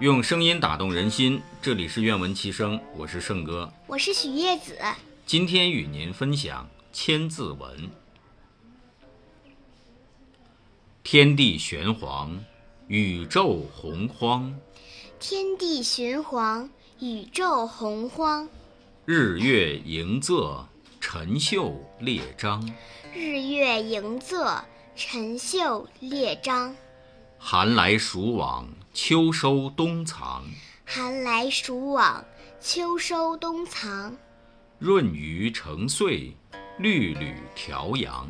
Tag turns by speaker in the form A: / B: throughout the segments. A: 用声音打动人心，这里是愿闻其声，我是盛哥。
B: 我是许叶子，
A: 今天与您分享《千字文》：天地玄黄，宇宙洪荒，
B: 天地玄黄，宇宙洪荒，
A: 日月盈仄，辰宿列张。
B: 日月盈仄，辰宿列张。
A: 寒来暑往，秋收冬藏，
B: 寒来暑往，秋收冬藏。
A: 润于成岁，绿缕调阳。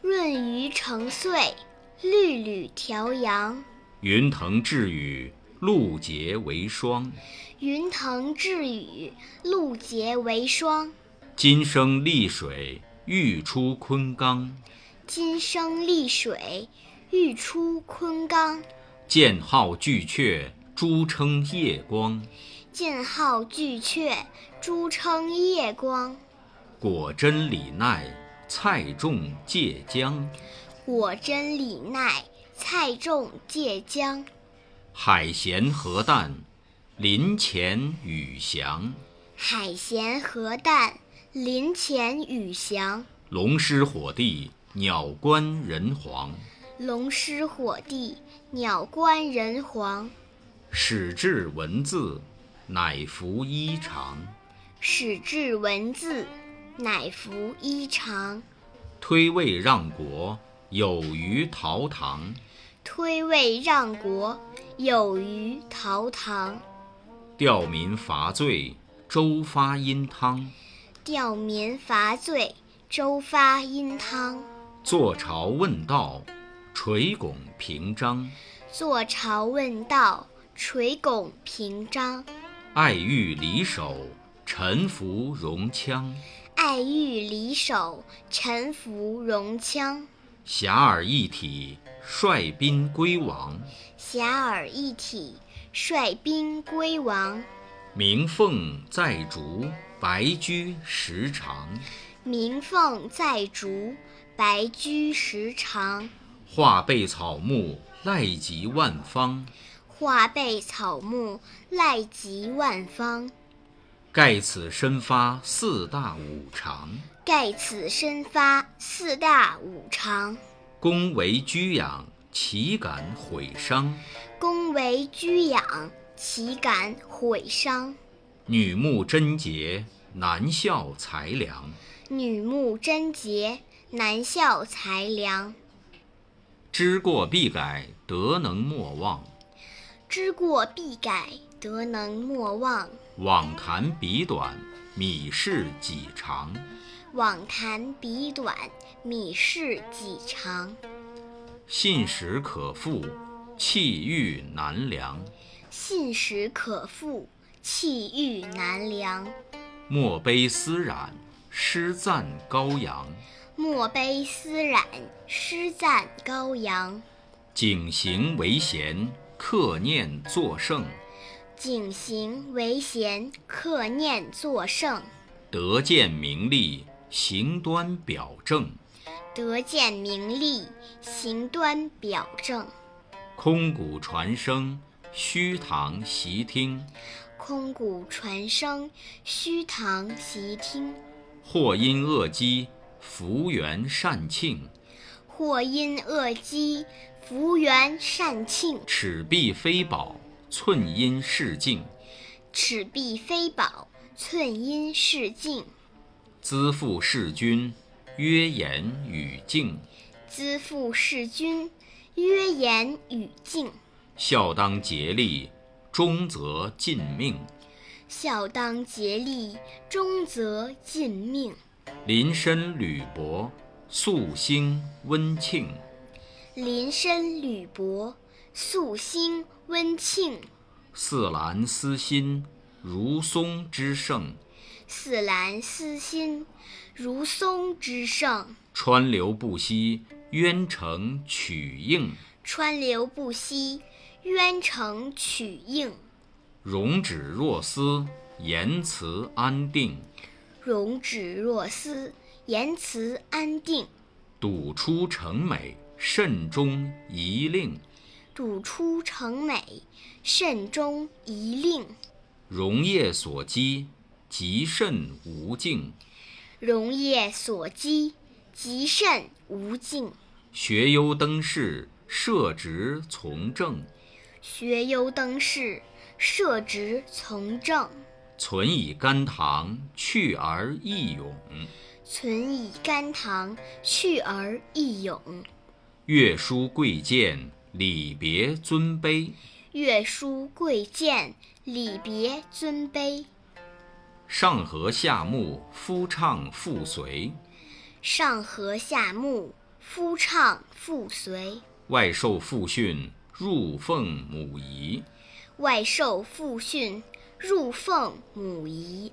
B: 润于成岁，绿缕调阳。
A: 云腾致雨，露结为霜。
B: 云腾致雨，露结为霜。
A: 金生丽水，玉出昆冈。
B: 金生丽水，玉出昆冈。
A: 剑号巨阙，珠称夜光。
B: 剑号巨阙，珠称夜光。
A: 果真李奈，菜重芥江。
B: 果真李奈，菜重芥江。
A: 海咸河淡，林潜雨翔。
B: 海咸河淡，林潜雨翔。
A: 龙师火帝，鸟官人皇。
B: 龙师火帝，鸟官人皇。
A: 始制文字，乃服衣裳。
B: 始制文字，乃服衣裳。
A: 推位让国，有虞陶唐。
B: 推位让国，有虞陶唐。
A: 吊民伐罪，周发殷汤。
B: 吊民伐罪，周发殷汤。
A: 坐朝问道，垂拱平章。
B: 坐朝问道，垂拱平章。
A: 爱欲离手，臣服戎羌。
B: 爱欲离手，臣服戎羌。
A: 遐迩一体，率宾归王。
B: 遐迩一体，率宾归王。
A: 鸣凤在竹，白驹食长。
B: 鸣凤在竹，白驹食长。
A: 化被草木，赖及万方。
B: 化被草木，赖及万方。
A: 盖此身发四大五常，
B: 盖此身发四大五常。
A: 公为居养，岂敢毁伤？
B: 公为居养，岂敢毁伤？
A: 女慕贞洁，男效才良。
B: 女慕贞洁，男效才良。
A: 知过必改，德能莫忘。
B: 知过必改，德能莫忘。
A: 网谈彼短，米是己长。
B: 网谈彼短，米是己长。
A: 信使可复，气欲难量。
B: 信使可复，气欲难量。
A: 莫悲思染，诗赞羔羊。
B: 莫悲思染，诗赞羔羊。
A: 景行为贤，克念作圣。
B: 景行为贤，克念作圣。
A: 德见名利，行端表正。
B: 德见名利，行端表正。
A: 空谷传声，虚堂习听。
B: 空谷传声，虚堂习听。
A: 或因恶积，福缘善庆。
B: 或因恶积，福缘善庆。
A: 尺璧非宝，寸阴是境。
B: 尺璧非宝，寸阴是境。
A: 资父事君，曰言语敬。
B: 资父事君，曰言语敬。
A: 孝当竭力，忠则尽命。
B: 孝当竭力，忠则尽命。
A: 临深履薄，夙兴温庆。
B: 林深履薄，夙兴温庆。
A: 似兰思心，如松之盛。
B: 似兰思心，如松之盛。
A: 川流不息，渊成曲应。
B: 川流不息，渊成曲应。
A: 容止若思，言辞安定。
B: 容止若思，言辞安定。
A: 笃出诚美，慎终宜令。
B: 笃出诚美，慎终一令。
A: 荣业所积，极甚无尽；
B: 荣业所积，极甚无尽。
A: 学优登仕，社职从政；
B: 学优登仕，社职从政。
A: 存以甘棠，去而益咏。
B: 存以甘棠，去而益咏。
A: 乐书贵贱，礼别尊卑；
B: 乐书贵贱，礼别尊卑。
A: 上和下睦，夫唱妇随；
B: 上和下睦，夫唱妇随。
A: 外受父训，入奉母仪。
B: 外受父训，入奉母仪。